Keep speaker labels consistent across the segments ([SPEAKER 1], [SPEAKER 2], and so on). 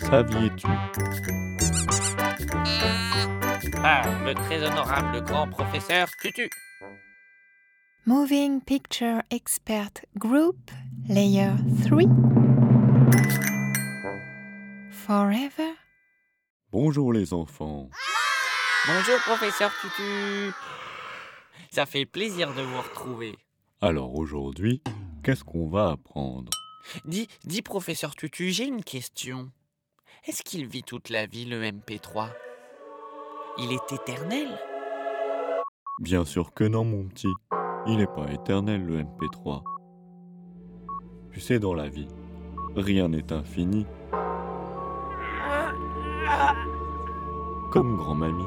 [SPEAKER 1] saviez-tu
[SPEAKER 2] Par le très honorable grand professeur Tutu.
[SPEAKER 3] Moving Picture Expert Group, Layer 3. Forever.
[SPEAKER 1] Bonjour les enfants.
[SPEAKER 2] Bonjour professeur Tutu. Ça fait plaisir de vous retrouver.
[SPEAKER 1] Alors aujourd'hui, qu'est-ce qu'on va apprendre
[SPEAKER 2] Dis, dis professeur Tutu, j'ai une question. Est-ce qu'il vit toute la vie le MP3 Il est éternel
[SPEAKER 1] Bien sûr que non mon petit. Il n'est pas éternel le MP3. Tu sais dans la vie, rien n'est infini. Comme grand-mamie.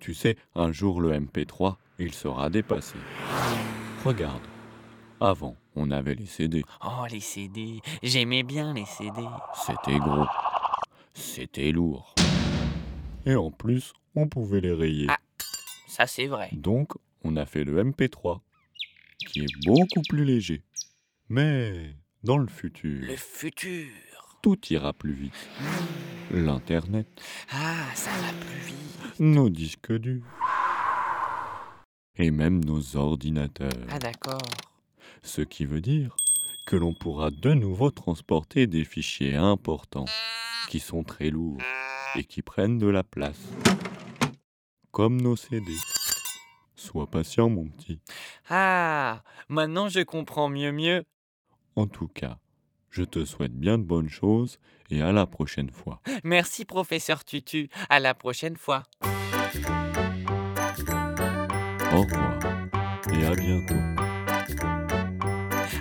[SPEAKER 1] Tu sais, un jour le MP3, il sera dépassé. Regarde. Avant, on avait les CD.
[SPEAKER 2] Oh les CD, j'aimais bien les CD.
[SPEAKER 1] C'était gros. C'était lourd. Et en plus, on pouvait les rayer.
[SPEAKER 2] Ah. Ça c'est vrai.
[SPEAKER 1] Donc, on a fait le MP3, qui est beaucoup plus léger. Mais dans le futur,
[SPEAKER 2] Le futur.
[SPEAKER 1] tout ira plus vite. L'Internet,
[SPEAKER 2] Ah, ça va plus vite.
[SPEAKER 1] nos disques durs, et même nos ordinateurs.
[SPEAKER 2] Ah d'accord.
[SPEAKER 1] Ce qui veut dire que l'on pourra de nouveau transporter des fichiers importants, qui sont très lourds et qui prennent de la place. Comme nos CD. Sois patient, mon petit.
[SPEAKER 2] Ah, maintenant je comprends mieux mieux.
[SPEAKER 1] En tout cas, je te souhaite bien de bonnes choses et à la prochaine fois.
[SPEAKER 2] Merci professeur Tutu. À la prochaine fois.
[SPEAKER 1] Au revoir et à bientôt.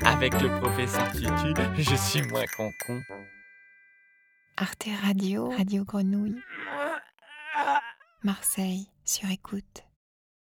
[SPEAKER 2] Avec le professeur Tutu, je suis moins con-con.
[SPEAKER 3] Arte Radio, Radio Grenouille. Marseille, sur écoute.